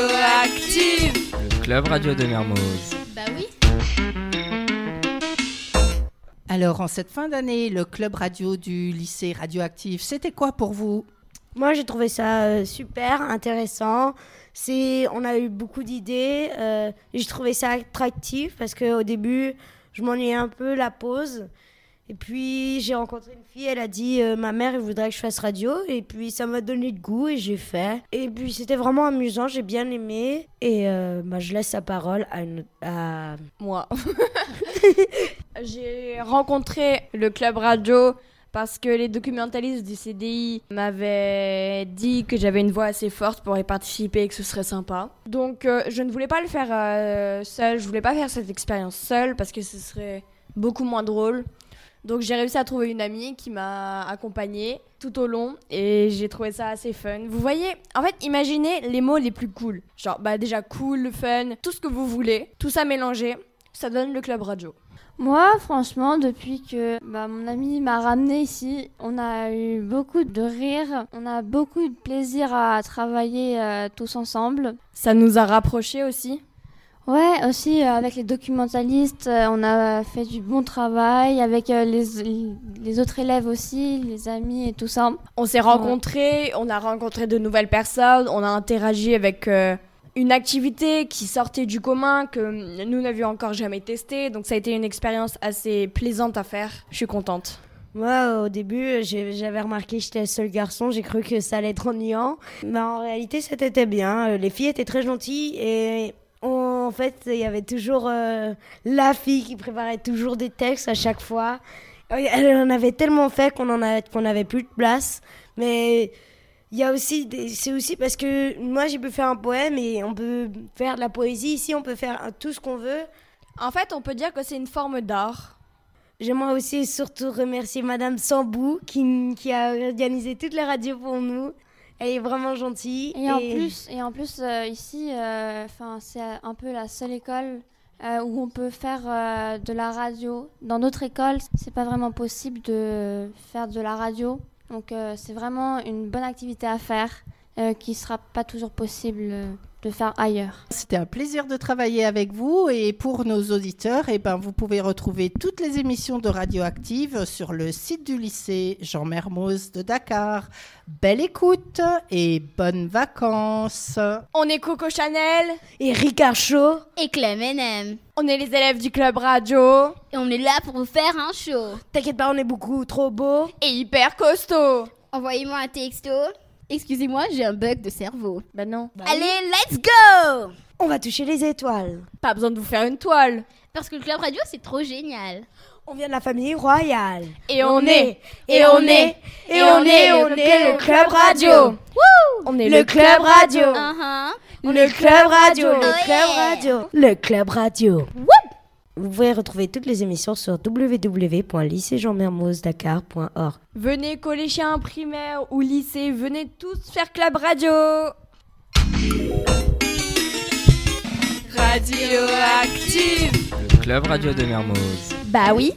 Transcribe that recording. Radioactive Le club radio de Mermoz. Bah oui. Alors, en cette fin d'année, le club radio du lycée radioactif, c'était quoi pour vous Moi, j'ai trouvé ça euh, super intéressant. C'est, on a eu beaucoup d'idées. euh, j'ai trouvé ça attractif parce qu'au début, je m'ennuyais un peu la pause. Et puis, j'ai rencontré une fille, elle a dit euh, Ma mère, elle voudrait que je fasse radio. Et puis, ça m'a donné le goût et j'ai fait. Et puis, c'était vraiment amusant, j'ai bien aimé. Et euh, bah, je laisse la parole à, une, à Moi. J'ai rencontré le club radio parce que les documentalistes du CDI m'avaient dit que j'avais une voix assez forte pour y participer et que ce serait sympa. Donc euh, je ne voulais pas le faire euh, seul, je voulais pas faire cette expérience seule parce que ce serait beaucoup moins drôle. Donc j'ai réussi à trouver une amie qui m'a accompagnée tout au long et j'ai trouvé ça assez fun. Vous voyez, en fait, imaginez les mots les plus cool. Genre bah déjà cool, fun, tout ce que vous voulez, tout ça mélangé, ça donne le club radio. Moi, franchement, depuis que bah, mon ami m'a ramené ici, on a eu beaucoup de rire, on a beaucoup de plaisir à travailler euh, tous ensemble. Ça nous a rapprochés aussi. Ouais, aussi euh, avec les documentalistes, euh, on a fait du bon travail, avec euh, les, les autres élèves aussi, les amis et tout ça. On s'est rencontrés, on a rencontré de nouvelles personnes, on a interagi avec euh, une activité qui sortait du commun, que nous n'avions encore jamais testée. Donc ça a été une expérience assez plaisante à faire. Je suis contente. Moi, au début, j'ai- j'avais remarqué que j'étais le seul garçon, j'ai cru que ça allait être ennuyant. Mais en réalité, c'était bien. Euh, Les filles étaient très gentilles et on- en fait, il y avait toujours euh, la fille qui préparait toujours des textes à chaque fois. Euh, Elle en avait tellement fait qu'on en a- qu'on n'avait plus de place. Mais il y a aussi, des- c'est aussi parce que moi, j'ai pu faire un poème et on peut faire de la poésie ici, on peut faire euh, tout ce qu'on veut. En fait, on peut dire que c'est une forme d'art. J'aimerais aussi surtout remercier Madame Sambou qui, qui a organisé toute la radio pour nous. Elle est vraiment gentille. Et, en plus, et en plus euh, ici, euh, 'fin, c'est un peu la seule école euh, où on peut faire euh, de la radio. Dans d'autres écoles, c'est pas vraiment possible de faire de la radio. Donc euh, c'est vraiment une bonne activité à faire euh, qui sera pas toujours possible euh, de faire ailleurs. C'était un plaisir de travailler avec vous et pour nos auditeurs, eh ben, vous pouvez retrouver toutes les émissions de Radioactive sur le site du lycée Jean Mermoz de Dakar. Belle écoute et bonnes vacances. On est Coco Chanel, Et Ricard Shaw. Et Clem NM. on est les élèves du club radio Et on est là pour vous faire un show. T'inquiète pas, on est beaucoup trop beau. et hyper costaud. Envoyez-moi un texto. Excusez-moi, j'ai un bug de cerveau. Ben non, Allez, let's go On va toucher les étoiles. pas besoin de vous faire une toile. Parce que le club radio, c'est trop génial. On vient de la famille royale. Et on, est, et on est, et on est, on est le club radio. On est Le club radio. Uh-huh. Le club radio. Oh Ouais. Le club radio. Le club radio. Vous pouvez retrouver toutes les émissions sur www.lycéejeanmermozdakar.org. Venez collégiens, primaire ou lycée, venez tous faire club radio. Le club radio de Mermoz. Bah oui